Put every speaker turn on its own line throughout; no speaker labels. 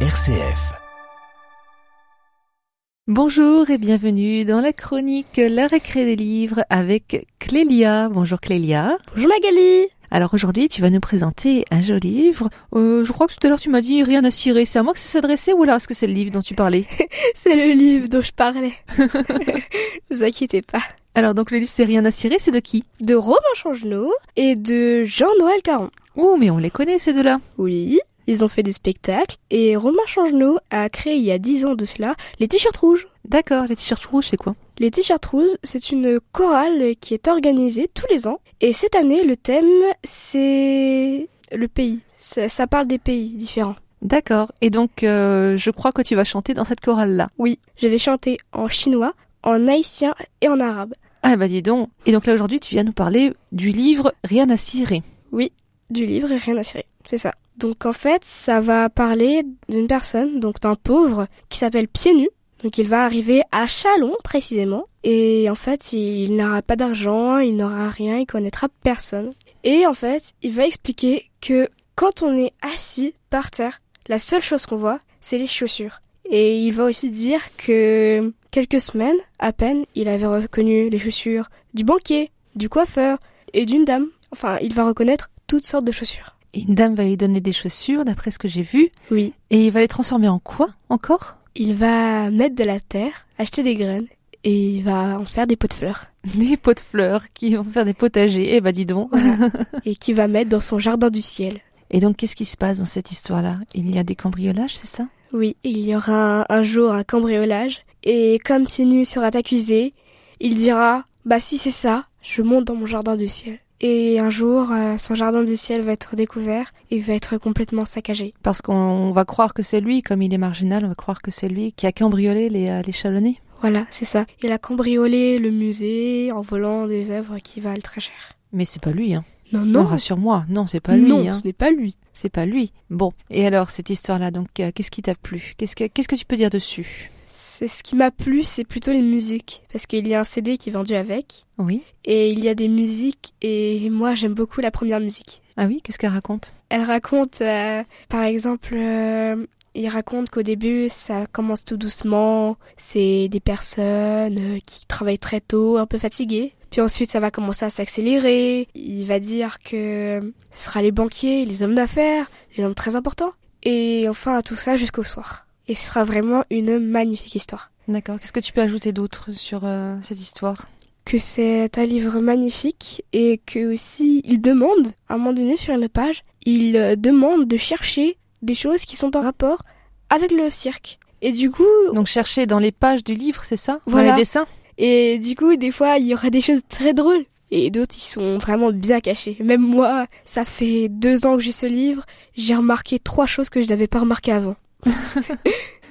RCF.
Bonjour et bienvenue dans la chronique La récré des livres avec Clélia. Bonjour Clélia.
Bonjour Magali
Alors aujourd'hui, tu vas nous présenter un joli livre. Euh, je crois que tout à l'heure tu m'as dit rien à cirer. C'est à moi que ça s'adressait ou alors est-ce que c'est le livre dont tu parlais
C'est le livre dont je parlais. ne vous inquiétez pas.
Alors donc le livre c'est rien à cirer, c'est de qui
De Robin Changelot et de Jean-Noël Caron.
Oh mais on les connaît ces deux-là.
Oui, ils ont fait des spectacles et Robin Changelot a créé il y a 10 ans de cela les t-shirts rouges.
D'accord, les t-shirts rouges c'est quoi
Les t-shirts rouges, c'est une chorale qui est organisée tous les ans et cette année le thème c'est le pays. Ça, ça parle des pays différents.
D'accord. Et donc euh, je crois que tu vas chanter dans cette chorale-là.
Oui, je vais chanter en chinois, en haïtien et en arabe.
Ah bah dis donc. Et donc là aujourd'hui tu viens nous parler du livre Rien à cirer.
Oui, du livre et rien à cirer. C'est ça. Donc en fait, ça va parler d'une personne, donc d'un pauvre, qui s'appelle Pieds Nus. Donc il va arriver à Chalon précisément. Et en fait, il n'aura pas d'argent, il n'aura rien, il connaîtra personne. Et en fait, il va expliquer que quand on est assis par terre, la seule chose qu'on voit, c'est les chaussures. Et il va aussi dire que quelques semaines, à peine, il avait reconnu les chaussures du banquier, du coiffeur et d'une dame. Enfin, il va reconnaître toutes sortes de chaussures.
Et Une dame va lui donner des chaussures d'après ce que j'ai vu.
Oui.
Et il va les transformer en quoi encore
Il va mettre de la terre, acheter des graines et il va en faire des pots de fleurs
Des pots de fleurs qui vont faire des potagers. Eh bah dis donc.
et qu'il va mettre dans son jardin du ciel.
Et donc qu'est-ce qui se passe dans cette histoire-là Il y a des cambriolages, c'est ça
Oui, il y aura un, un jour un cambriolage et comme Tienu sera accusé, il dira "Bah si c'est ça, je monte dans mon jardin du ciel." Et un jour, euh, son jardin du ciel va être découvert et va être complètement saccagé.
Parce qu'on va croire que c'est lui, comme il est marginal, on va croire que c'est lui qui a cambriolé les, euh, les Chalonnais.
Voilà, c'est ça. Il a cambriolé le musée en volant des œuvres qui valent très cher.
Mais c'est pas lui, hein.
Non, non,
rassure-moi. Non, c'est pas lui,
non,
hein.
ce n'est pas lui.
C'est pas lui. Bon. Et alors, cette histoire-là, donc, euh, qu'est-ce qui t'a plu qu'est-ce que, qu'est-ce que tu peux dire dessus
C'est ce qui m'a plu, c'est plutôt les musiques, parce qu'il y a un CD qui est vendu avec,
Oui.
et il y a des musiques, et moi j'aime beaucoup la première musique.
Ah oui, qu'est-ce qu'elle raconte
Elle raconte, euh, par exemple, euh, il raconte qu'au début ça commence tout doucement, c'est des personnes euh, qui travaillent très tôt, un peu fatiguées. Puis ensuite ça va commencer à s'accélérer. Il va dire que euh, ce sera les banquiers, les hommes d'affaires, les hommes très importants. Et enfin tout ça jusqu'au soir. Et ce sera vraiment une magnifique histoire.
D'accord. Qu'est-ce que tu peux ajouter d'autre sur euh, cette histoire
que c'est un livre magnifique et que aussi il demande, à un moment donné sur une page, il euh, demande de chercher des choses qui sont en rapport avec le cirque. Et du coup,
Donc, chercher dans les pages du livre, c'est ça
Voilà.
Dans les dessins
et du coup, des fois, il y aura des choses très drôles. Et d'autres, ils sont vraiment bien cachés. Même moi, ça fait deux ans que j'ai ce livre, j'ai remarqué trois choses que je n'avais pas remarquées avant.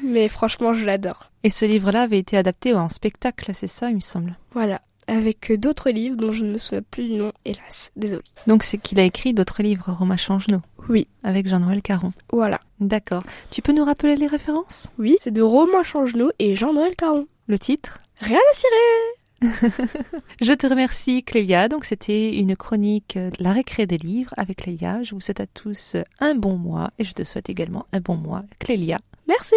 Mais franchement, je l'adore.
Et ce livre-là avait été adapté en spectacle, c'est ça, il me semble.
Voilà. Avec euh, d'autres livres dont je ne me souviens plus du nom, hélas. Désolée.
Donc, c'est qu'il a écrit d'autres livres, Romain Changelot,
Oui.
avec Jean-Noël Caron.
Voilà.
D'accord. Tu peux nous rappeler les références
Oui, c'est de Romain Changelot et Jean-Noël Caron.
Le titre
Rien à cirer
Je te remercie Clélia. Donc c'était une chronique euh, de la récré des livres avec Clélia. Je vous souhaite à tous un bon mois et je te souhaite également un bon mois Clélia.
Merci